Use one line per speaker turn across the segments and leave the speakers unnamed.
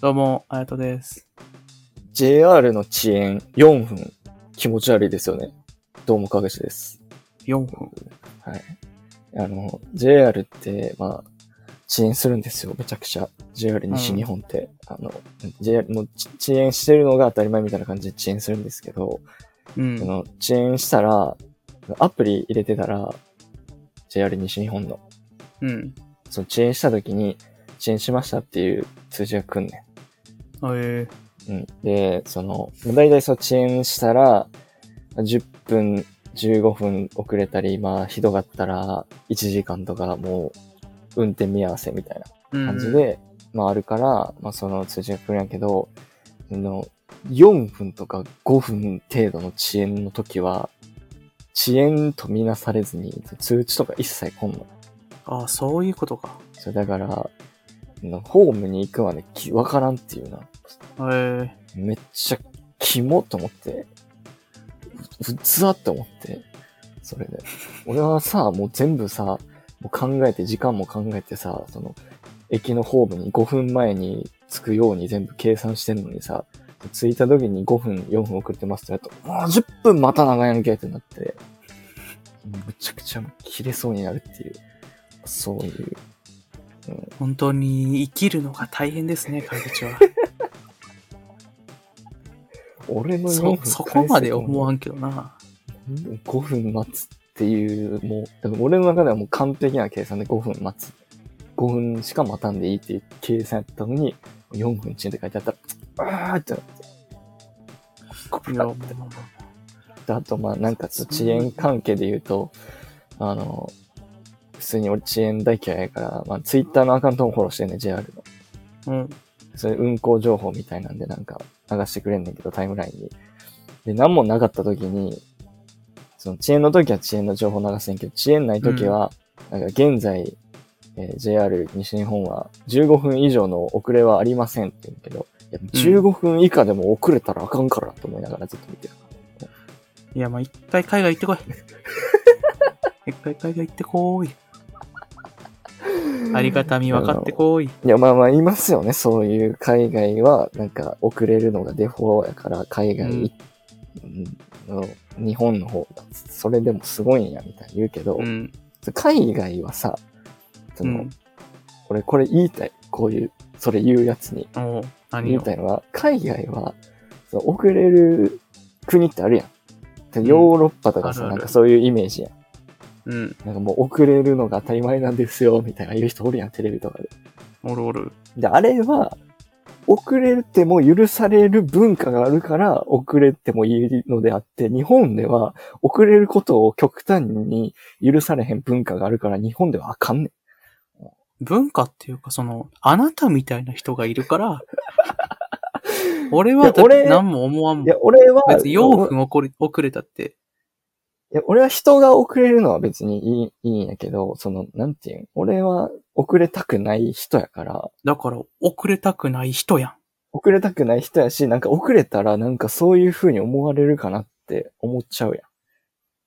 どうも、あやとです。
JR の遅延4分、気持ち悪いですよね。どうも、かげしです。
4分。
はい。あの、JR って、まあ、遅延するんですよ、めちゃくちゃ。JR 西日本って。あの、JR もうち遅延してるのが当たり前みたいな感じで遅延するんですけど、
う
あ
ん。
の、遅延したら、アプリ入れてたら、JR 西日本の、
うん。
その遅延した時に、遅延しましたっていう通知が来んねん。
あえ
うん。で、その、だいたいその遅延したら、10分、15分遅れたり、まあ、ひどかったら、1時間とか、もう、運転見合わせみたい
ー、
な感じで、まあ、あるから、まあ、その通知が来るんやけど、その、4分とか5分程度の遅延の時は、遅延とみなされずに、通知とか一切来んの。
うん。ああ、そういうことか。
そう、だから、のホームに行くまできわからんっていうな。
えー、
めっちゃキモと思って、う普通だって思って、それで。俺はさ、もう全部さ、もう考えて、時間も考えてさ、その、駅のホームに5分前に着くように全部計算してんのにさ、着いた時に5分、4分遅れてますってなると、もう10分待たなあかんやんけってなって、むちゃくちゃ切れそうになるっていう、そういう。
本当に生きるのが大変ですね、川口 は。
俺の4
そ
分、
そこまで思わんけどな。
5分待つっていう、もう、だから俺の中ではもう完璧な計算で5分待つ。5分しか待たんでいいっていう計算やったのに、4分遅延って書いてあったら、あーってなって。こ
い
れ
や、
だ
も
っ
う
てであと、まあなんかちょっと遅延関係で言うと、あの、普通に俺遅延大嫌いやから、まあツイッターのアカウントもフォローしてんね、JR の。
うん。
それ運行情報みたいなんでなんか流してくれんねんけど、タイムラインに。で、何もなかった時に、その遅延の時は遅延の情報流せんけど、遅延ない時は、なんか現在、えー JR 西日本は15分以上の遅れはありませんって言うんだけど、いや15分以下でも遅れたらあかんからと思いながらずっと見てる。
いや、まあ一回海外行って こい。一回海外行ってこい。ありがたみ分かってこい。
いや、まあまあ、いますよね。そういう海外は、なんか、遅れるのがデフォやから、海外、うんの日本の方が、それでもすごいんや、みたいに言うけど、
うん。
海外はさ、そうの、
ん。
俺これ言いたい。こういう、それ言うやつに。
おう何
言い
を
たいのは、海外は、その遅れる国ってあるやん。でヨーロッパとか
あ
さ、
るある
なんかそういうイメージやん。
うん。
なんかもう遅れるのが当たり前なんですよ、みたいな言う人おるやん、テレビとかで。
おるおる。
で、あれは、遅れても許される文化があるから、遅れてもいいのであって、日本では遅れることを極端に許されへん文化があるから、日本ではあかんね
文化っていうか、その、あなたみたいな人がいる から、俺はだっ
いや
て
俺
何も思わんも
ん。
ん
いや、俺は、
別に4
い
分遅れ遅れたって。
や俺は人が遅れるのは別にいいいいんやけど、その、なんていうん、俺は遅れたくない人やから、
だから、遅れたくない人や
遅れたくない人やし、なんか遅れたらなんかそういう風に思われるかなって思っちゃうやん。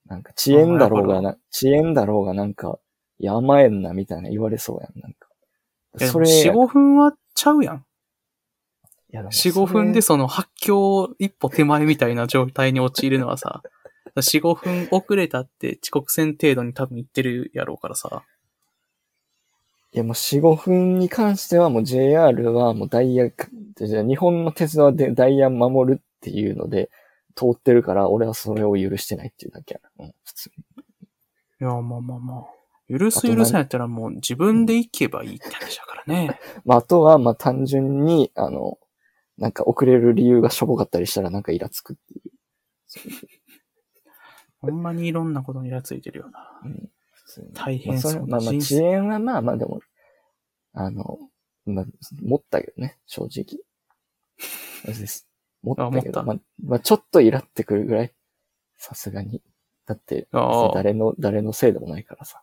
なんか遅延だろうがな、遅延だろうがなんか、いや甘えんなみたいな言われそうやん、なんか。
ん。
それ、
4、5分はちゃうやん。
いやでもそれ
4、5分でその発狂一歩手前みたいな状態に陥るのはさ、4、5分遅れたって遅刻せん程度に多分言ってるやろうからさ。
いやもう4、5分に関してはもう JR はもうダイヤ、じゃあ日本の鉄道でダイヤ守るっていうので通ってるから、俺はそれを許してないっていうだけやな。うん、普通に。
いや、まあまあまあ。許
あ
す
と何
許せんやったらもう自分で行けばいいって話だからね。
まあ、あとは、まあ、単純に、あの、なんか遅れる理由がしょぼかったりしたらなんかイラつくっていう。
ほんまにいろんなことにイラついてるよな。
うん普通に
大
まあ、
変
そ
そ
れ
う
まあ
な
まあ、
人
遅
生。
延はまあまあでも、あの、まあ、持ったけどね、正直。マジです。持ったけど、
あ
まあ、まあ、ちょっとイラってくるぐらい、さすがに。だって、
ああ
誰の、誰のせいでもないからさ。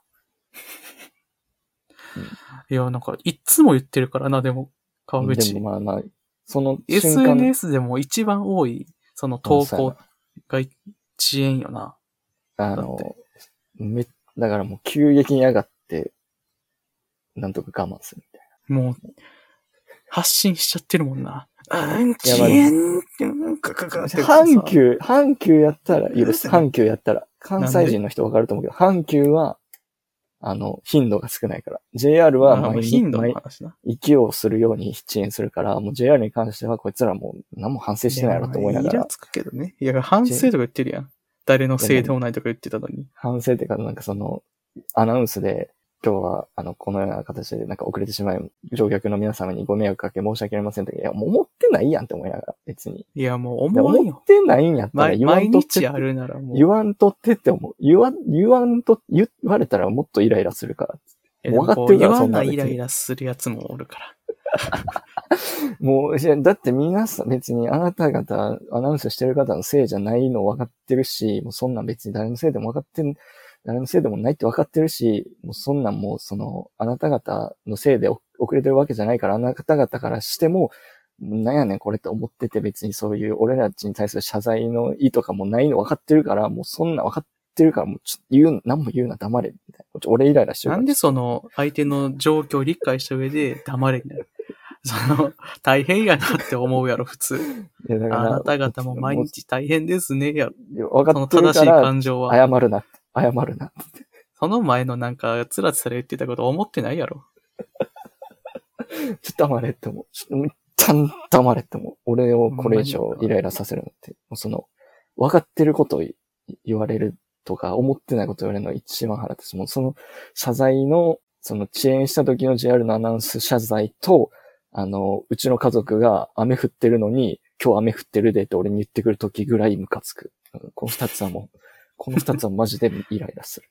いや、なんか、いっつも言ってるからな、でも、川口。
でもまあまあ、その瞬間、
SNS でも一番多い、その投稿が遅延よな。
あ
だっ
の、め、だからもう急激に上がって、なんとか我慢する。
もう、発信しちゃってるもんな。うん、
や
遅
ばい
延うんかかかって
阪急、阪急やったら、許す。
なんで
阪急やったら。関西人の人わかると思うけど、阪急は、あの、頻度が少ないから。JR は
は
毎日、
頻度の
毎
話な。
息をするように遅延するから、もう JR に関してはこいつらもう何も反省してないやろと思いな
や
が
まあイ
ら
ラ、つくけどね。いや、反省とか言ってるやん。誰のせいでもないとか言ってたのに。
反省っていうか、なんかその、アナウンスで、今日は、あの、このような形で、なんか遅れてしまい、乗客の皆様にご迷惑かけ申し訳ありませんとか、いや、もう思ってないやんって思いながら、別に。
いや、もう
いや
思わん
思
よ
っ。てないんやったら
毎
言わ
毎
んとって
日あ。るならもう。
言わんとってって思う。言わん、言わんと、言われたらもっとイライラするから。
えでも
分かってるから
こう
そ
言
ん
わな
な
いイ
別に
ライラするやつもおるから。
もう、いやだって皆さん別にあなた方、アナウンスしてる方のせいじゃないの分かってるし、もうそんなん別に誰のせいでも分かってん、誰のせいでもないって分かってるし、もうそんなんもうその、あなた方のせいでお遅れてるわけじゃないから、あなた方からしても、なんやねんこれって思ってて別にそういう俺らっちに対する謝罪の意とかもないの分かってるから、もうそんなん分かってるから、もうちょ言う、何も言うな黙れ、みたいな。ちょ俺イライラしてる
な
から
んでその相手の状況を理解した上で黙れんねん。 その、大変やなって思うやろ、普通。
いやだ
あ
から
なた方も毎日大変ですね、やろ。そ
分か
の
ってる
正し
か
い
ら、
感情は。
謝るなって、謝るな。
その前のなんか、つらつら言ってたこと思ってないやろ。
ちょっと黙れって思う。ちょっと一旦黙れって思う。俺をこれ以上イライラさせるのって。もうその、分かってることをい言われるとか、思ってないことを言われるのが一番腹立つ。もうその謝罪の、その遅延した時の JR のアナウンス謝罪と、あの、うちの家族が雨降ってるのに、今日雨降ってるでって俺に言ってくる時ぐらいムカつく。うんこの二つはもう、この二つはマジでイライラする。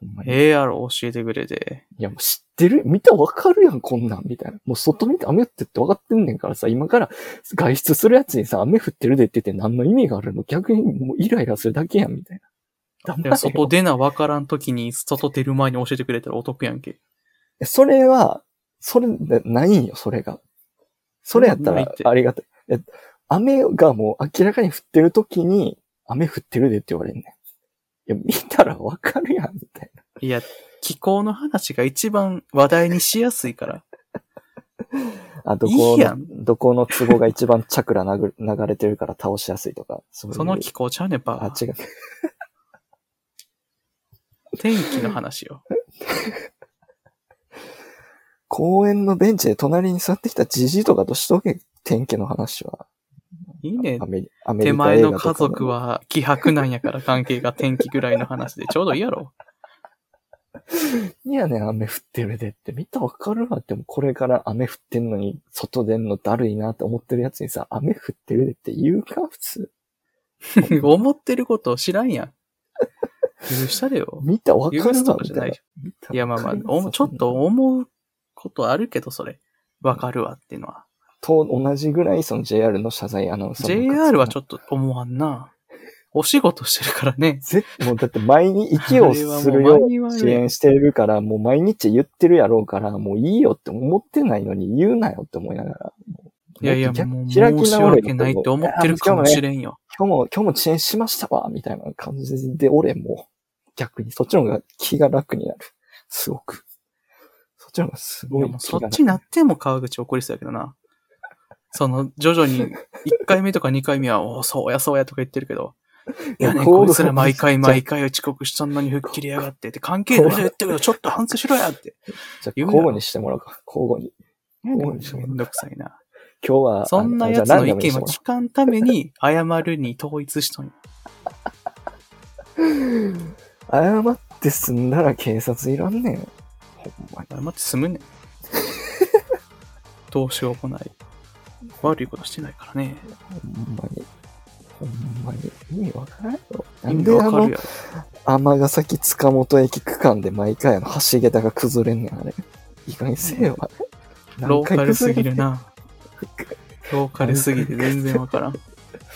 ほんまに
ええやろ、教えてくれて。
いや、もう知ってる見たらわかるやん、こんなん、みたいな。もう外見て雨降ってって分かってんねんからさ、今から外出するやつにさ、雨降ってるでって言って何の意味があるの逆にもうイライラするだけやん、みたい
い
な。黙れ
や
よ
外出なわからん時に、外出る前に教えてくれたらお得やんけ。
それは、それ、なないんよ、それが。それやった
ないっ
ら
て
ありがたい。いや雨がもう明らかに降ってる時に、雨降ってるでって言われんねん。いや、見たらわかるやん、みたいな。
いや、気候の話が一番話題にしやすいから。
あ、どこ
いいや
の
ん、
どこの壺が一番チャクラなぐ流れてるから倒しやすいとか。そういう
その気候ちゃうねん、ば
あ、違う。
天気の話よ。
公園のベンチで隣に座ってきたジジイとかとしとけ、天気の話は。
いいね
ア。メリアメリ
手
カ
前の
映画と
家
か
族。は気迫なんやから関係が天気ぐらいの話でちょうどいいや ろ。
いやねん、雨降ってるでって。見たらわかるわって、もうこれから雨降ってんのに、外出んのだるいなって思ってるやつにさ、雨降ってるでって言うか、普通。
思ってることを知らんやん。許したれよ。
見たらわ か
許
るわ
すとか
み
じゃ
た
ないいで
な
し。ょ。いやまあまあ
見、たらわかるわ
おちょっと。思うことあるけど、それ。わかるわっていうのは。
そんなと同じぐらい、その JR の謝罪アナウンス
JR はち
ょっと。
ょっと思わんな。お仕事してるからね。
ぜもうだって前に息をするように支援してるから、もう毎日言ってるやろうから、もういいよって思ってないのに言うなよって思いながら。
いやいや、
逆
もう
開
申
き
し
直れ
訳ないって思ってるかもしれんよ。
今日も、今日も遅延しましたわ、みたいな感じで、俺も、逆に、そっちの方が気が楽になる。すごく。そっちの方がす
い
ご
や
い
もう
気
そ
が楽
っちなっても川口怒りそうやけどな。その、徐々に、1回目とか2回目は、おうそうやそうやとか言ってるけど、いやね、こいつら毎回毎回遅刻したのに吹っ切りやがってって、関係ない人言ってるけど、ちょっと反省しろやって。
じゃあ
言うな
交互にしてもらおうか。交互に。
め
ん
んどくさいな。
今日は、
そんな
あじゃ
や
あ
つの
ラン
意
ダムに
見
して
を
もら
聞かんために、謝るに統一しとんよ
おう謝って済んだら警察いらんねん。ほんまに。
謝って済 むねん。どうしようもない。悪いことしてないからね。
ほんまに。ほんまに。意味わからんよ。な
意
ん
味
であ
わかる
の
や、ろ。
尼崎塚本駅区間で毎回あの橋桁が崩れんねん、あれ。意外にせえよ、あれ。
ローカルすぎる
何
な。ローカルすぎて全然わからん。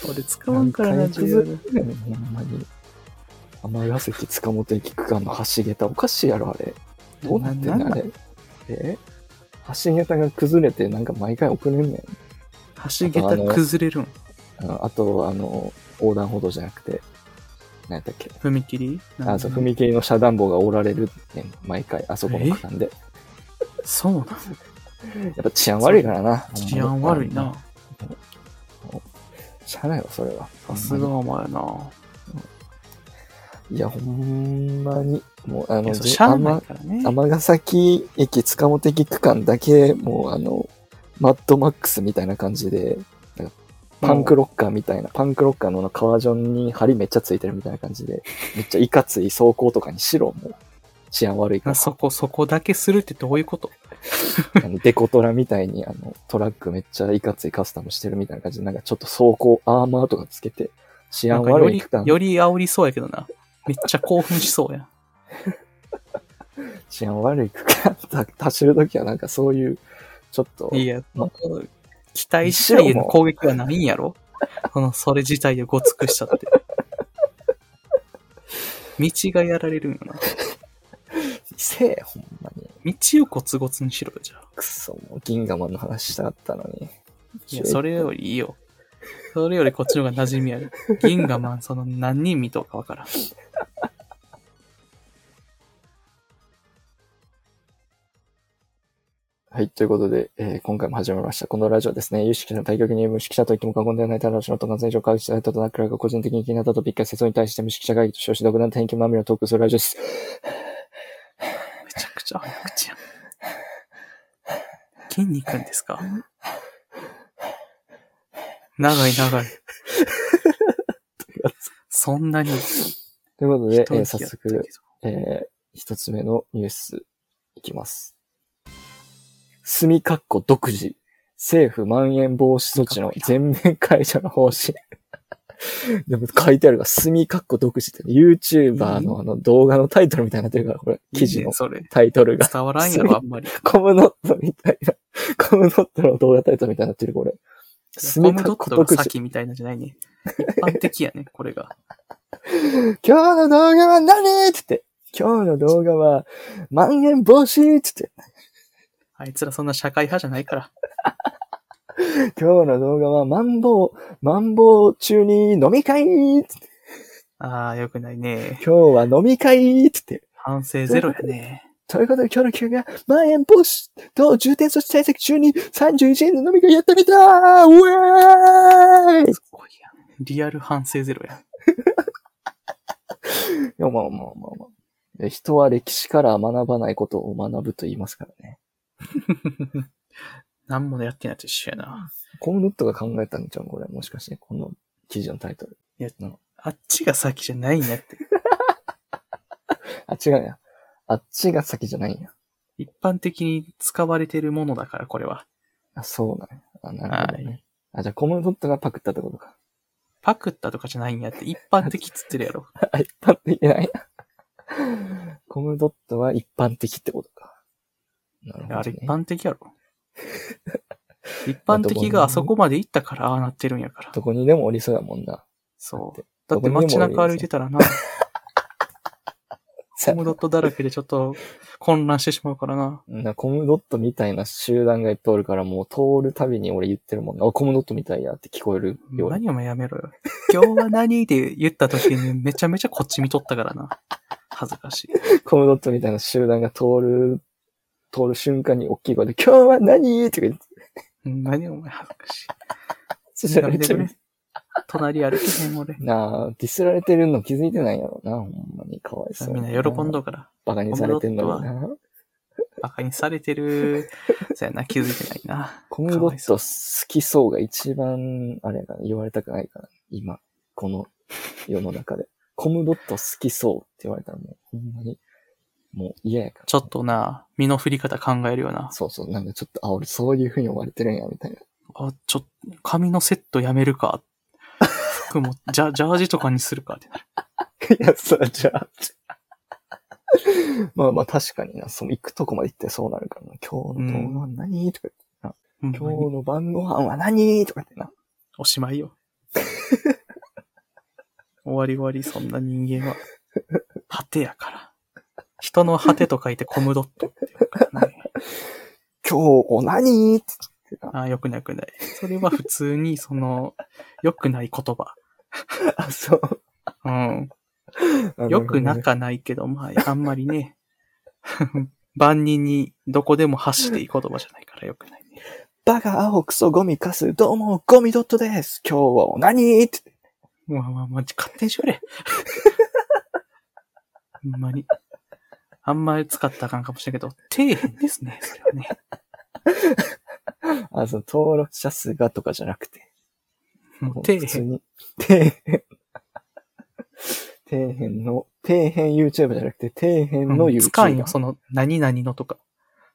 俺使わんからな、
回崩れ
JR
てんねん。ほんまに。尼崎塚本駅区間の橋桁おかしいやろ、あれ。どうなってん
な
の
ん
あ
だ
れ。え橋桁が崩れてなんか毎回遅れんねん。
橋桁崩れるん。
あのあと、あの、横断歩道じゃなくて、何やったっけ。
踏切
あ、そう、踏切の遮断棒が折られるねん、毎回、あそこの区間で。
そうなん
やっぱ治安悪いからな。
治安悪いな。
しゃあないわ、それは。
さすがお前な。
いや、ほんまに、もう、あ
い
の、
や、そうしゃあない
尼
からね。
尼崎駅塚本駅区間だけ、もう、あの、マッドマックスみたいな感じで、なんかパンクロッカーみたいな、パンクロッカーのあの革ジョンに針めっちゃついてるみたいな感じで、めっちゃいかつい走行とかに白もう治安悪いから、
そこ、そこだけするってどういうこと
あのデコトラみたいにあのトラックめっちゃいかついカスタムしてるみたいな感じで、なんかちょっと走行アーマーとかつけて、治
な
安
んかよ
悪い
り
区間、
よ り煽りそうやけどな。めっちゃ興奮しそうや。
治安悪い区間 た走るときはなんかそういう、ちょっと、
いや、
ま
期待したいの攻撃はないんや ろその、それ自体をごつくしたって。道がやられるんよな。
せえ、ほんまに。
道をゴツゴツにしろよ、じゃあ。
くそ、もう銀河マンの話したかったのに。
いや、それよりいいよ。それよりこっちの方が馴染みあ る。銀河マン、その何人見とかわからん。
はい、ということで、えー今回も始まりました。このラジオですね、有識者の対局に無識者と言っても過言ではないただのト感染症科学者とトナックラが個人的に気になったトピックや世相に対して無識者会議と称し独断偏見まみれのトークするラジオです。
めちゃくちゃ早口やん。筋肉んですか長い長い。そんなに。
ということで、えー
一息
早
やった
速
け、ど
えー一つ目のニュースいきます。墨括弧独自。政府まん延防止措置の全面解除の 方針。でも書いてあるが、墨括弧独自って、YouTuber のあの動画のタイトルみたいになってるから、これ、記
い
事
いね
の
それ。
タイトル が。
伝わらんやろ、あんまり。
コムノットみたいな、コムノットの動画タイトルみたいになってる、これ。
ホームド
かっ
ッ
こ
ト
独
が
自。
先みたいなんじゃないね。一般的やね、これが。
今日の動画は何ってって。今日の動画は、まん延防止ってって。
あいつらそんな社会派じゃないから。
今日の動画は、マンボウ、マンボウ中に飲み会ってって。
ああ、よくないね。
今日は飲み会ってって。
反省ゼロやね。
ということで今日の休暇、まん延防止と重点措置対策中に31円の飲み会やってみたーウェーイ
すごいやん。リアル反省ゼロやん。
いや、まあまあまあまあ。え人は歴史から学ばないことを学ぶと言いますからね。
何もやってないと一緒やな。
コムドットが考えたんじゃん、これ。もしかして、この記事のタイトル。
あっちが先じゃないんやって。
あ、違うや。あっちが先じゃないんや。
一般的に使われてるものだから、これは。
あ、そうなんや。あ、なるほどね。あ、じゃあコムドットがパクったってことか。
パクったとかじゃないんやって、一般的っつってるや ろ。
あ一般的なんや。コムドットは一般的ってことか。なるほど、ね。
あれ一般的や ろ。一般的があそこまで行ったからああなってるんやから。
どこにでもおりそうやもんな。
そう。だって
どこにでも
街中歩いてたらな、
さ
コムドットだらけでちょっと混乱してしまうからな。
なコムドットみたいな集団がいっぱいおるから、もう通るたびに俺言ってるもんな。あ、コムドットみたいやって聞こえるように。
何お前やめろよ。今日は何って言った時にめちゃめちゃこっち見とったからな。恥ずかしい。
コムドットみたいな集団が通る、通る瞬間に大きい声で、今日は何とか言って
何お前恥ずかしい。
知ら
や
れ
め
て
てく
る
れ。。隣歩けへん俺。
なあ、ディスられてるの気づいてないやろな、ほんまに。かわいそう。
みんな喜んど
る。
るから。
バカにされてんのにな。
バカにされてる。そうやな、気づいてないな。
コムドット好きそうが一番、あれやから、言われたくないから、今、この世の中で。 コムドット好きそうって言われたらもう、ほんまに、もう嫌やから。
ちょっとな、身の振り方考えるよな。
そうそう、なんかちょっと、あ、俺そういう風に思われてるんや、みたいな。
あ、ちょ、髪のセットやめるか。服も、ジャジャージとかにするかってなる。
いや、そう、じゃあ。 まあまあ確かにな、その行くとこまで行ってそうなるからな。今日の動画は何、とか
ほん
言って、
まに
今日の晩ご飯は何とか言ってな。
おしまいよ。終わり終わり、そんな人間は。果てやから。人の果てと書いてコムドットっていうからね。
今日お何って 言ってな。
ああ、よくないよくない。それは普通に、その、良くない言葉。
あ、そう。
うん。
あ
良くな
る
かないけど、まあ、あんまりね、万人にどこでも発していい言葉じゃないからよくないね。
バカ、青、クソ、ゴミ、カス、どうも、ゴミドットです。今日は何って。
まあまあまあ、勝手にしよ れ。ほんまに。あんまり使ったらあかんかもしれんけど、底辺ですね、それはね。
あ、その、登録者数がとかじゃなくて。
もう
もう
底
普通
辺。
に。底辺。底辺の、底辺 YouTube じゃなくて、底辺の
うん
YouTube。
つかんよ、その、何々のとか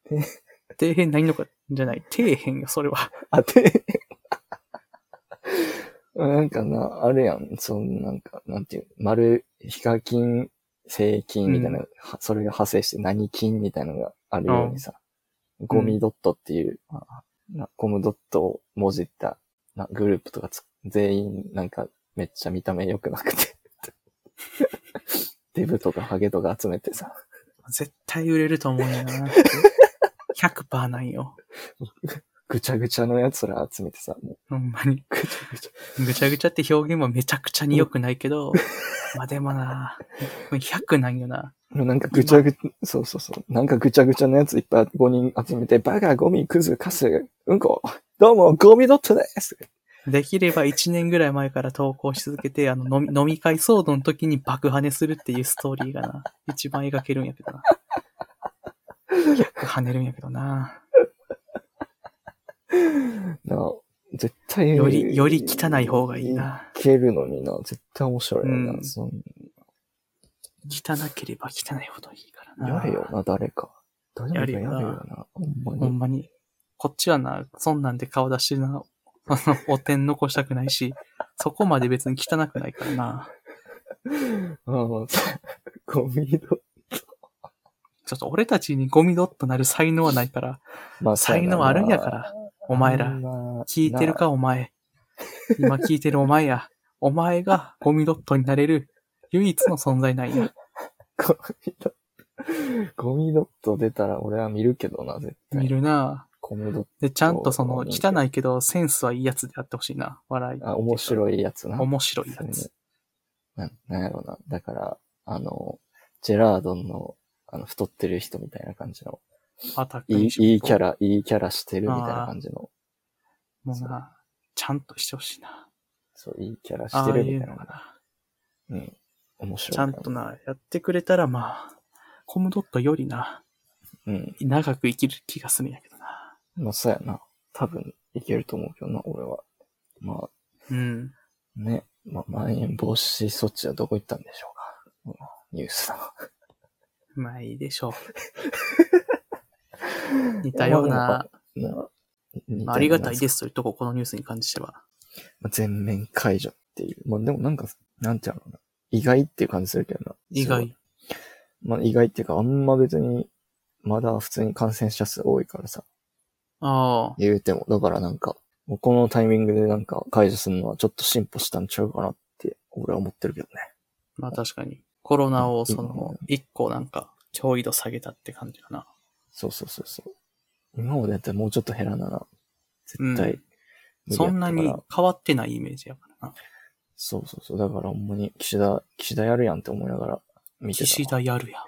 底。
底辺何のかじゃない。底辺よ、それは。
あ、て。 なんかな、あるやん。そのなんか、なんていう、丸、ヒカキン、正金みたいな、
う
はそれが派生して何金みたいなのがあるようにさ、ゴミドットっていう、あなゴムドットをもじったなグループとかつ、全員なんかめっちゃ見た目良くなくて。 デブとかハゲとか集めてさ、
絶対売れると思うんだよな。100%なんよ。
ぐちゃぐちゃのやつら集めてさ、もう
ほんまに。
ぐちゃぐちゃ。
ぐちゃぐちゃって表現もめちゃくちゃに良くないけど、まあでもな、100なんよな。
なんかぐちゃぐちゃ、そうそうそう。なんかぐちゃぐちゃのやついっぱい5人集めて、バカ、ゴミ、クズ、カス、うんこ、どうも、ゴミドットです。
できれば1年ぐらい前から投稿し続けて、あの飲み、飲み会騒動の時に爆跳ねするっていうストーリーがな、一番描けるんやけどな。100跳ねるんやけどな。
なあ絶対。
より、より汚い方がいい。な。
いけるのにな、絶対面白いな。
うん
そん
汚ければ汚いほどいいからな。
やれよな、誰か。誰かやれよ
やれよ
な、ほんま
ほ
に。
んまに。こっちはな、そんなんで顔出してな、 そのお点残したくないし、そこまで別に汚くないからな。
まあまあ、ゴミドット。
ちょっと俺たちにゴミドットなる才能はないから、
まあ
才能あるんやか。ら、お前ら。聞いてる
か
か、お前。今聞いてるお前や。お前がゴミドットになれる唯一の存在なんや。
ゴミドット。ゴミドット出たら俺は見るけどな、絶対。
見るな
ゴミドット。
で、ちゃんとその
そう
汚いけどセンスはいいやつであってほしいな。笑い。
あ、面白いやつな。
面白いやつ。
ななんやろな。だから、あの、ジェラードンの、あの、太ってる人みたいな感じの、
アタック
いい、
ショット
いいキャラ、いいキャラしてるみたいな感じの、
もうな、ちゃんとしてほしいな。
そう、いいキャラし
あ
て
あい
るみ
う
たい
の
な。
がな。
うん。面白い。
ちゃんと。な、やってくれたらまあ、コムドットよりな、
うん。
長く生きる気がするんやけどな。
まあ、そうやな。多分、いけると思うけどな、俺は。まあ、
うん。
ね。まあ、まん延防止措置はどこ行ったんでしょうか。うんニュースだ。
まあいいでしょう。似たよ うな、
な
まあありがたいですというとこ、このニュースに関しては。
まあ全面解除っていう。まあでもなんか、なんていうのかな。意外っていう感じするけどな。
意
そう
外。
まあ意外っていうか、あんま別に、まだ普通に感染者数多いからさ、
ああ、
言うても。だからなんか、もうこのタイミングでなんか解除するのはちょっと進歩したんちゃうかなって、俺は思ってるけどね。
まあ確かに。コロナをその
う、
一個なんか、強易度下げたって感じかな。
そうそうそうそう。今までやったらもうちょっと減らなな。絶対、無理や
そ
ったから
んなに変わってないイメージやからな。
そうそうそう。だからほんまに、岸田、岸田やるやんって思いながら見てた。
岸田やるやん。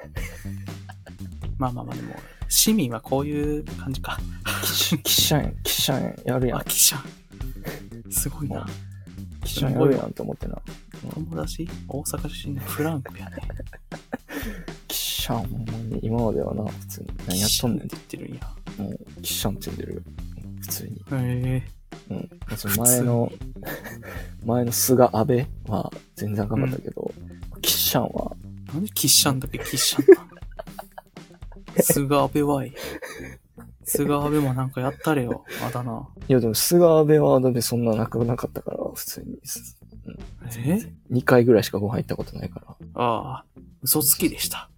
まあまあまあ、でも、市民はこういう感じか。
岸田やん、岸田やん、やるやん
あ、。記者。すごいな。
岸田やるやんって思ってな。
友達大阪出身のフランクやね。
キッシャン、ほんまに今まではな、普通に。何やっとんねんっ
記者って言ってるんや。
て、もう、キッシャンって言ってるよ。普通に。
へ
うん。その前の、 前の菅安倍は全然あかんかったけど、キッシャンは、
え。なんでキッシャンだけキッシャンなん 菅安倍はいい。菅安倍もなんかやったれよ。あだ名。
いやでも菅安倍はだってそんななくなかったから、普通に。
え
2回ぐらいしかご飯行ったことないから。
ああ、嘘つきでした。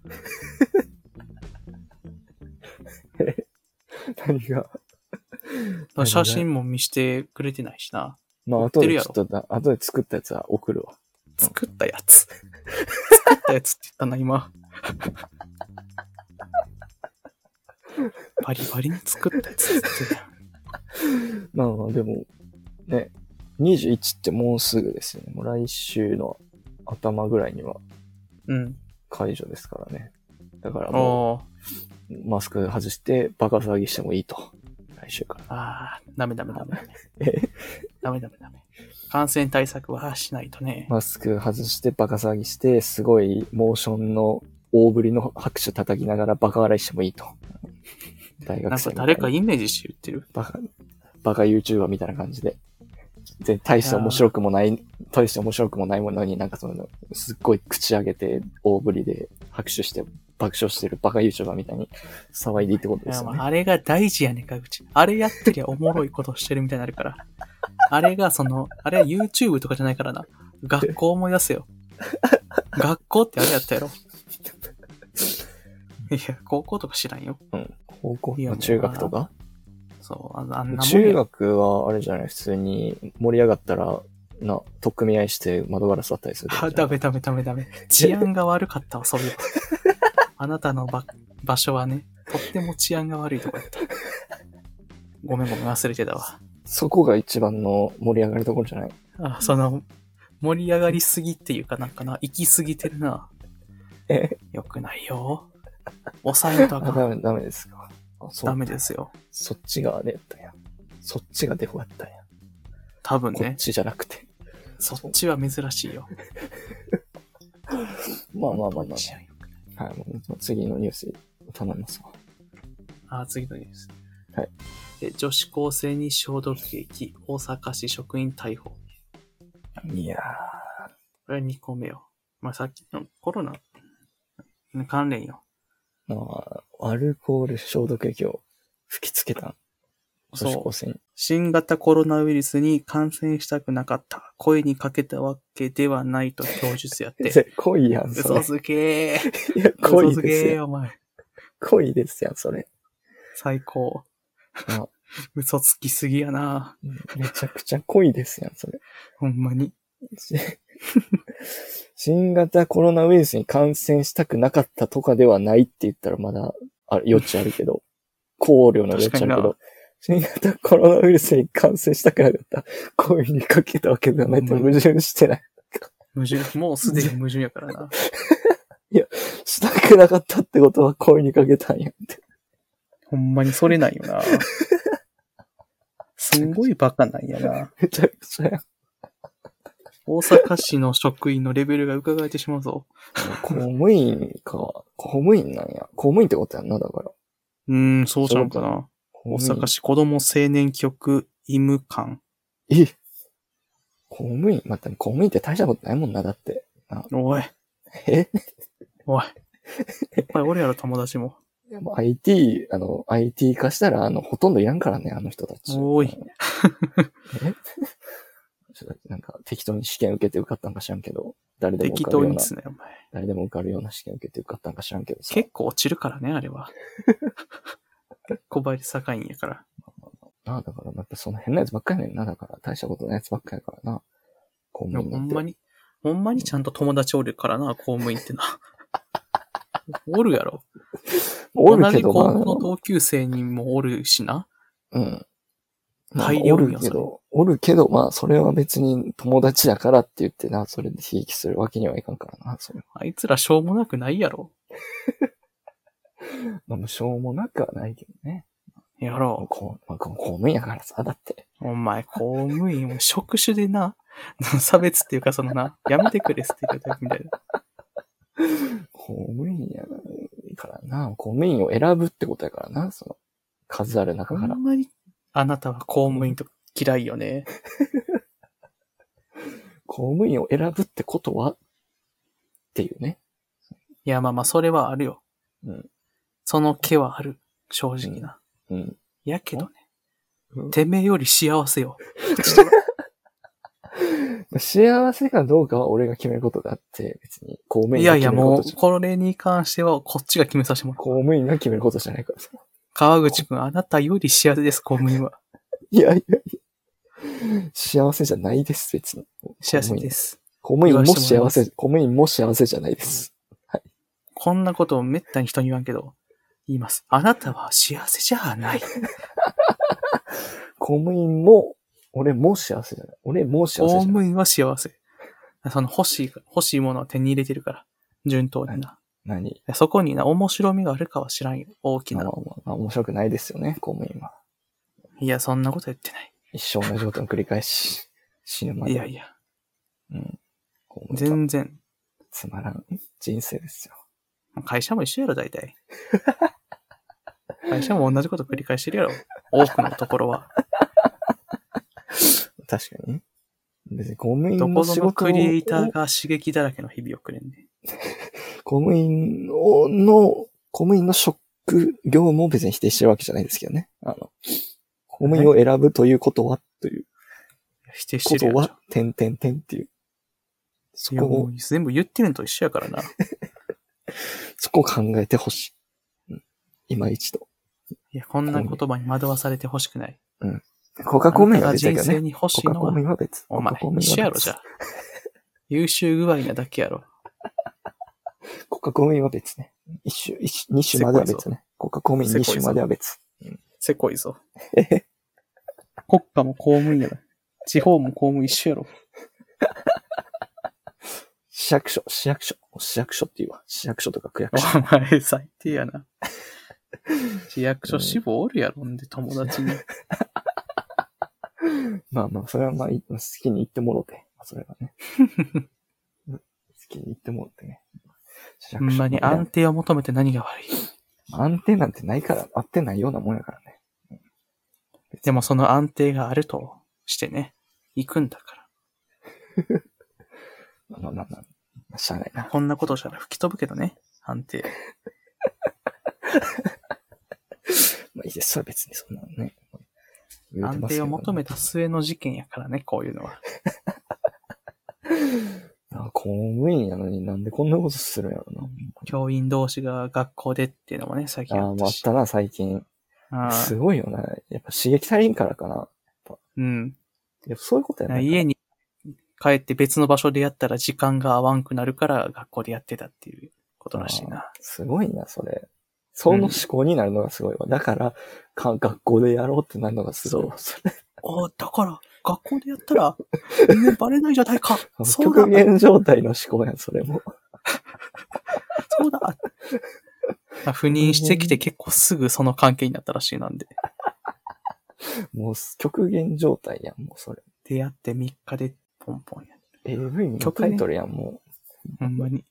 何がが
写真も見してくれてないしな。
まあ、
売って
後
る
で
や
ち
ろ
ょっとだ、後で作ったやつは送るわ。
作ったやつ。作ったやつって言ったな、 今。バリバリに作ったやつって言ってたやん
まあまあ、でも、ね、21ってもうすぐですよね。もう来週の頭ぐらいには
うん。
解除ですからね。だからも
お
う、
ー
マスク外してバカ騒ぎしてもいいと。来週から。
ああ、ダメダメダメ。
え
ダメダメダメ。感染対策はしないとね。
マスク外してバカ騒ぎして、すごいモーションの大振りの拍手叩きながらバカ笑いしてもいいと。大
な
学
んか
生みたい
誰かイメージして言ってる。
バカ、バカ YouTuber みたいな感じで。で、大して面白くもない、大して面白くもないものになんかその、すっごい口上げて、大振りで拍手して、爆笑してるバカ YouTuber みたいに騒いでいいってこと
い
で
や
すよ
まあ
ね。
あれが大事やねんか、うち。あれやってりゃおもろいことしてるみたいになる から。あれがその、あれは YouTube とかじゃないからな。学校思い出せよ。学校ってあれやったやろ。 いや、高校とか知らんよ。
高校
いやもう
中学とか
そう、ああんなもん
中
や。
学はあれじゃない普通に盛り上がったら、な、取っ組み合いして窓ガラス割ったりする。
あ、ダメダメダメダメ。治安が悪かったわ、そういえば。 あなたのば場所はね、とっても治安が悪いとこやった。ごめんごめん、忘れてたわ。
そこが一番の盛り上がるところじゃない
あ、その、盛り上がりすぎっていうかなんかな、行き過ぎてるな。
え
よくないよ。抑えんとあ
あ
か
ダ
ん。
メ、ダメですかあそう
ダメですよ。
そっちがあれやったんや。そっちがデフォやったんや。
多分
こっ
ね、
ちじゃなくて。
そっちは珍しいよ。
まあまあまあま
治安よくない
あ。はい、もう次のニュース頼みますわ。
あ、次のニュース。
はい
で。女子高生に消毒液、大阪市職員逮捕。
いや
これ2個目よ。まあ、さっきのコロナ関連よ。
ー、まあ、アルコール消毒液を吹きつけた女子
そう
高。生に。
新型コロナウイルスに感染したくなかった。声にかけたわけではないと供述やっ て。
で濃いやん、そ
嘘
れ。
つけー。
いや、 濃
嘘
い
つ
です
け
よ。
ー、お前。
濃いですよ、それ。
最高
あ。
嘘つきすぎやな。
めちゃくちゃ濃いですやん、それ。
ほんまに。
し新型コロナウイルスに感染したくなかったとかではないって言ったらまだあ余地あるけど、考慮の余地あるけど、新型コロナウイルスに感染したくなかった。声にかけたわけではないと
ほんま
矛盾し てない。
矛盾、もうすでに矛盾やからな。
したくなかったってことは声にかけたんやって。
ほんまにそれないよ な。すんごいバカなんやな。
めちゃくちゃやん。
大阪市の職員のレベルが伺えてしまうぞ。
公務員か。公務員なんや。公務員ってことやんな、だから。
うーん、そうちゃうかな。
公
大
務員
阪市子供青年局医務官。
え公務員まあ、でも公務員って大したことないもんな、だって。
おい、
え
おい。いっぱいおるやろ、友達も。
いやもう IT、あの、IT 化したら、あの、ほとんどいらんからね、あの人たち。
おーい
あの。え ちょっとなんか、適当に試験受けて受かったんか知らんけど、誰でも
適
受かる
当
よう
に
な、
すなよ、お前。
誰でも受かるような試験受けて受かったんか知らんけどさ。
結構落ちるからね、あれ は。小林坂院やから。
なあ、だから、やっぱその変なやつばっかりやねんな、だから、大したことないやつばっかりやからな。公
いや
務員
ほ
なん
ん
て。
まに、ほんまにちゃんと友達おるからな、公務員ってな。おるやろ。
おる
同
け
じ
ど、
高
まあ
校の同級生にもおるしな。
うん。まあ
大
お
量に
る
は
け
それ
ど、おるけど、まあ、それは別に友達だからって言ってな、それでひいきするわけにはいかんからな、それは。
あいつらしょうもなくないやろ。
まあ、無償もなくはないけどね。
やろ
こう、まあ、こう公務員やからさ、だって。
う。お前、公務員、職種でな、 差別っていうか、そのな、やめてくれ、ステレオタイプみたいな。
公務員やからな、公務員を選ぶってことやからな、その、数ある中
ほ
から。
んまに、あなたは公務員とか嫌いよね。
公務員を選ぶってことはっていうね。
いや、まあまあ、それはあるよ。
うん。
その気はある。正直な。
うん。
やけどね
う。ん
てめえより幸せ よ。
幸せかどうかは俺が決めることであって、別に公務
い
員が
やいや、
決める
も
ことじ
う、
ゃ
これに関しては、こっちが決めさせてもらう。
公務員が決めることじゃないからさ。
川口くん、あなたより幸せです、公務員は。
いやいやいや。幸せじゃないです、別に。
幸せです。
公務員も
言わ
幸
せ
せ、
て
公務員も幸せじゃないです。
こんなことをめったに人に言わんけど、言います。あなたは幸せじゃ ない。
公務員も、俺も幸せじゃない。俺も幸せ
公
じゃない。
務員は幸せ。その欲しい、欲しいものは手に入れてるから。順当にな。
何
そこにな、面白みがあるかは知らんよ。大き
まあ
な
ま。あまあ面白くないですよね、公務員は。
いや、そんなこと言ってない。
一生同じことの繰り返し、死ぬまで。
いやいや、
うん。公務員は
全然。
つまらん人生ですよ。
会社も一緒やろ、大体。会社も同じこと繰り返してるやろ。多くのところは。
確かにね。別に公務員
どこ
の
ぞ
仕
の
事を
クリエイターが刺激だらけの日々をくれんね。
公務員をの、公務員の職業も別に否定してるわけじゃないですけどね。あの、公務員を選ぶということは、という
否定し
こ
て
と
るや
は、てんてんてんっていう。そ
ん。いや
こ
も
を
う、全部言ってるのと一緒やからな。い
そこを考えてほしい。うん。今一度。
や、こんな言葉に惑わされてほしくない。
国家公務員は
あん
別
た
だ
が人
けど
生
ね。
に欲しい
国家
の
公
は
務、員は別。
お前
国家公、務員
一緒
は
や
別
ろ、じゃあ。優秀具合なだけやろ。
国家公務員は別ね。一種、一種、二種までは別ね。国家公務員二種までは別。
せこい ぞ。国家も公務員やろ。地方も公務員一緒やろ。
市役所、市役所、市役所って言うわ。市役所とか区役所。
お前、最低や な。市役所志望おるやろんで、友達に。
まあまあ、それはまあ、い好きに言ってもろて。それは ね。うん好きに言ってもろてね。市
ほ
役所
んまに安定を求めて何が悪い。
安定なんてないから、合ってないようなもんやからね。
でもその安定があるとしてね、行くんだか
まあまあまあまあ、しゃあない
ら。
な。
こんなことしたら吹き飛ぶけどね、安定。
まあいいです。それは別にそんなのね。言うて
安
ますけ
定
ど
を求
ね
めた末の事件やからね、こういうのは。
あ公務員やのになんでこんなことするんやろな。
教員同士が学校でっていうのもね、最近
あ
あ
あ、
っ
もうあ
た
っ
し。
たな、最近。
ああ
すごいよな。やっぱ刺激足りんからかな。
うん。
やっぱそういうことやね。
家に帰って別の場所でやったら時間が合わんくなるから学校でやってたっていうことらしいな。
すごいな、それ。その思考になるのがすごいわ。だからか、学校でやろうってなるのがすごいわ。それ
おだから、学校でやったら、みんなバレないじゃ ないか。そうだ
極、限状態の思考やん、それも。
そう だ。まあ赴任してきて結構すぐその関係になったらしいなんで。
もう極限状態やん、もうそれ。
出会って3日でポンポンや。
AV のタイトルやん、も
ほんまに。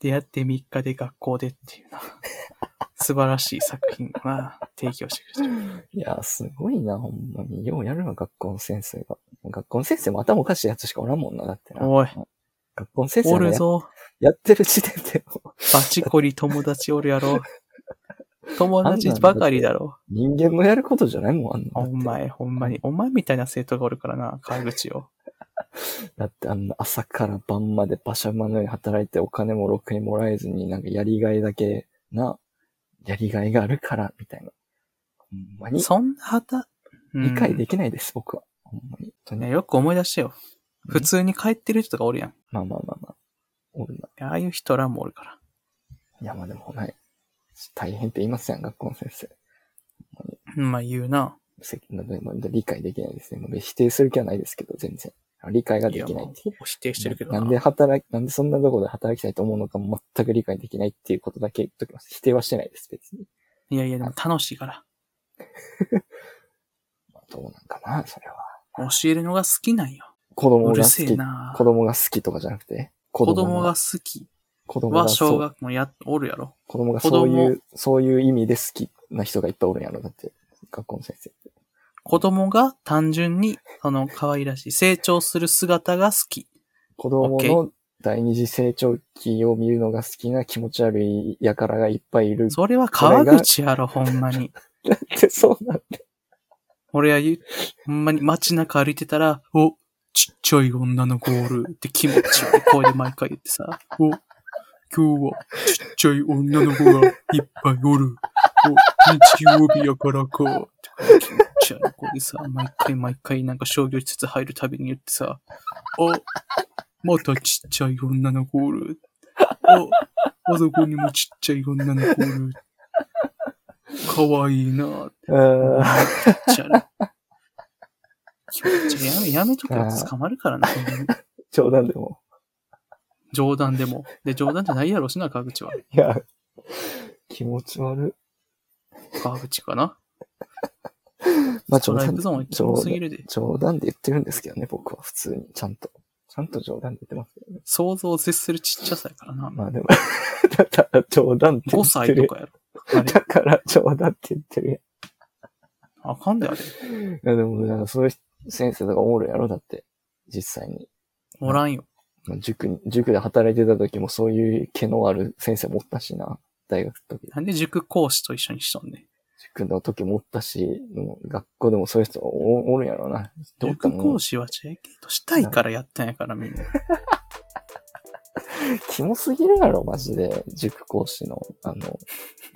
出会って3日で学校でっていうな。 素晴らしい作品をな、提供してくれてる。
う。いや、すごいな、ほんまに。ようやるわ、学校の先生が。学校の先生も頭おかしいやつしかおらんもんな、だってな。
おい、
学校の先
お
生が
る
や
ぞ。
やってる時点でもう
バチコリ友達おるや ろ。友達ばかりだろ。
人間のやることじゃないもん、あんな
お
だって。
前、ほんまに。お前みたいな生徒がおるからな、川口を。
だってあんな朝から晩まで馬車馬のように働いてお金もろくにもらえずになんかやりがいだけな、やりがいがあるから、みたいな。ほんまに
そんな旗、うん
理解できないです、僕は。ほんまに。本当
ね
に
よく思い出してよ。普通に帰ってる人とかおるやん。
まあまあまあまあ。おるな。
ああいう人らもおるから。
いやまあでもない。大変って言いますやん、学校の先生。
うんまあ言うな。
せなんでなんで理解できないですね。もう否定する気はないですけど、全然。理解が
い
で
や、
き
ま
な
あ
いっていう
ほぼ否定してるけど
な
な。
んで働き、なんでそんなとこで働きたいと思うのかも全く理解できないっていうことだけ言っときます。否定はしてないです、別に。
いやいや、でも楽しいから。
まあどうなんかな、それは。
教えるのが好きなんよ。
子供
う
が
る
好
せ
き
え。な
子。供が好きとかじゃなくて、子
子供が、好き
子供
は
が、
小
そう
学校や、おるやろ。
子供が
子
そう
供
いう、そういう意味で好きな人がいっぱいおるんやろ、だって、学校の先生って。
子供が単純に、その、可愛らしい、成長する姿が好き。
子供の第二次成長期を見るのが好きな気持ち悪い輩がいっぱいいる。
それは川口やろ、ほんまに。
だってそうなん
俺は言う、ほんまに街中歩いてたら、お、ちっちゃい女のゴールって気持ち悪い声で毎回言ってさ、お、今日はちっちゃい女の子がいっぱいおる。お、日曜日やからか。って気持ち悪い声でさ、毎回毎回なんか商業施設入るたびに言ってさ、お、またちっちゃい女の子おる。お、あそこにもちっちゃい女の子おる。かわいいなぁ。
だ。あ
気持ち悪い。気持ち悪いやめ、やめとけよ
あー
捕まるからな。ほんまに
冗談でも。
冗談でも。で、冗談じゃないやろしな、川口は。
いや、気持ち悪
川口かな。
い。まあ
スト
冗
ライ
談
クゾーンは
冗
強すぎ
談、
るで。
冗談で言ってるんですけどね、僕は普通に。ちゃんと。ちゃんと冗談で言ってますけどね。
想像を絶するちっちゃさやからな。
まあでも、 だから冗談って言
5
って
歳と
る。
か やろ。あれ
だから冗談って言ってるやん
あかんであれ。
いやでも、なんかそういう先生とかおもろいやろだって、実際に。
おらんよ。
まあ塾に、塾で働いてた時もそういう毛のある先生もおったしな。大学の時、
なんで塾講師と一緒にしとんねん。
塾の時もおったし、もう学校でもそういう人おおるんやろな。どっか
塾
の
講師は JK としたいからやったんやからみ んな。
キモすぎるやろ、マジで。塾講師の、あの、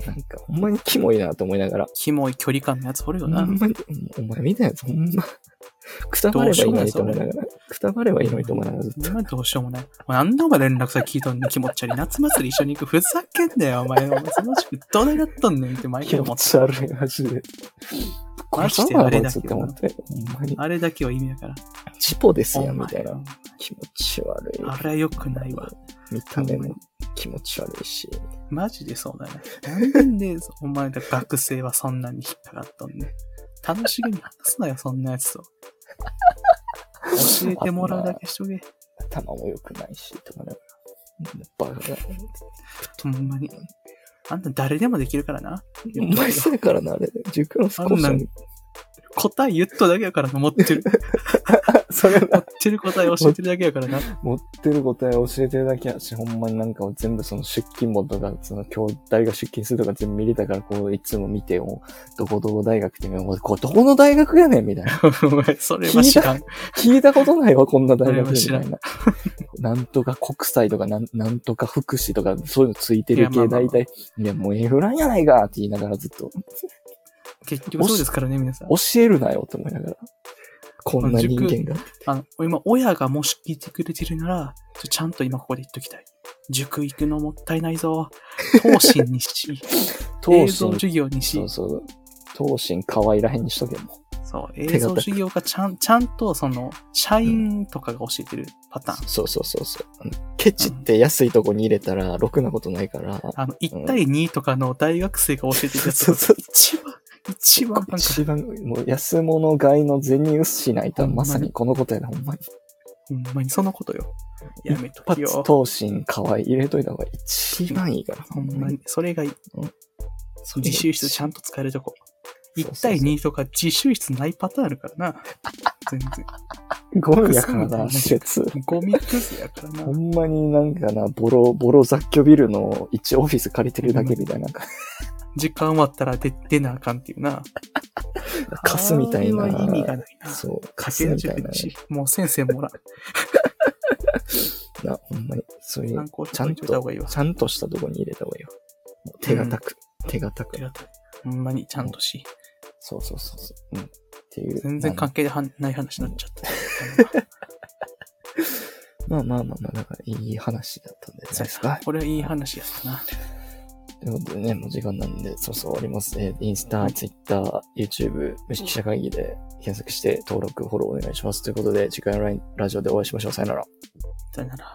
なんかほんまにキモいなと思いながら。
キモい距離感のやつおる
ほ
よ
ん
な。
まに、お前みたいなやつほんま、くたばればいいのにと思いながら、くたばればいいのにと思いながらずっと
お。前どうしようもない。お前なんでお前連絡先聞いとんねん、気持ち悪い。夏祭り一緒に行く。ふざけんなよ、お前。お前、その塾どないなっとんねんって毎
気
回思
持
って。
ち悪い、マジで。
マジで
こ
あ
いつ
れ
なんだ
だ
こいつ
け
って
ど
思
な
って、ほんまに。
あれだけは意味やから。
チポですや
お
ん、み
前
たいな。気持ち悪い。
あれは良くないわ。
見た目も気持ち悪いし。
マジでそうだね。なんで、 お前ら学生はそんなに引っかかっとんねん。楽しげに話すなよ、そんなやつと。教えてもらうだけしとけ。
頭も良くないし、とかね。バカだ。
ほんまに。あんた誰でもできるからな。
お前そうやからな、あれ。塾の少
あん
し
なん答え言っとだけやからな、持ってる。
それ
持
な
っ、てる答え教えてるだけやからな。
持ってる答え教えてるだけやし、ほんまになんか全部その出勤簿とか、その今日誰が出勤するとか全部見れたから、こういつも見て、もうどこどこ大学って、もうこれどこの大学やねんみたいな。
お前、 それは知らん。
聞いたことないわ、こんな大学み
そ
た
れはい
な。なんとか国際とかなん、なんとか福祉とか、そういうのついて
い
る
やまあ
系
まあま
大
あ
体、いや、もうエフランやないかって言いながらずっと、
結局そうですからね、皆さん。
教えるなよって思いながら。こんな人間が。
あの、今、親がもし聞いてくれてるなら、ちょちゃんと今ここで言っときたい。塾行くのもったいないぞ。当心に し、映
当
像
心、
授業にし
そ、うそう。当心可愛らへんにしとけも
そう、映像授業がちゃん、ちゃんとその、社員とかが教えてるパターン。
う。そうそうそうそう。あのケチって安いとこに入れたら、ろくなことないから。
あの、1対2とかの大学生が教えてるやつ
そうそうそう
一番、一番なんか、
一番、もう安物買いの銭失いとはまさにこのことやな、ほんまに。
ほんまにそのことよ。やめとき
一
よ
発。当心可愛い入れといた方が一番いいから。
ほんまに、それがいい
うん。
そう自習室ちゃんと使えるとこ。
そうそう
1
そう
対2とか自習室ないパターンあるからな。全然。
ゴミやからな、施設。
ゴミクズやからな
ほ。んまになんかな、ボロ、ボロ雑居ビルの一オフィス借りてるだけみたいな、なんか、
時間終わったら出出なあかんっていうな。
カスみたいな。
あれは意味がないな。
そう、カス
駆
み
け
たい
足
な
口。もう先生もおらん。
な、ほんまに、そうい
参
う、
考書
ちゃ
と
ん
いた方が
と
いいわ、。
ちゃんとしたとこに入れた方がいいよ。もう手堅く、手堅く
手。堅いほんまにちゃんとし。
そうそうそうそう。うん。っていう。
全然関係ではない話になっちゃった。
まあまあまあまあ、だからいい話だったんじゃないです
あの
か。
これはいい話やったな。
ということでね、もう時間なんで、そうそう終わります。えーインスタ、ツイッター、YouTube、無識者会議で検索して登録、フォローお願いします。ということで、次回のラインラジオでお会いしましょう。さよなら。
さよなら。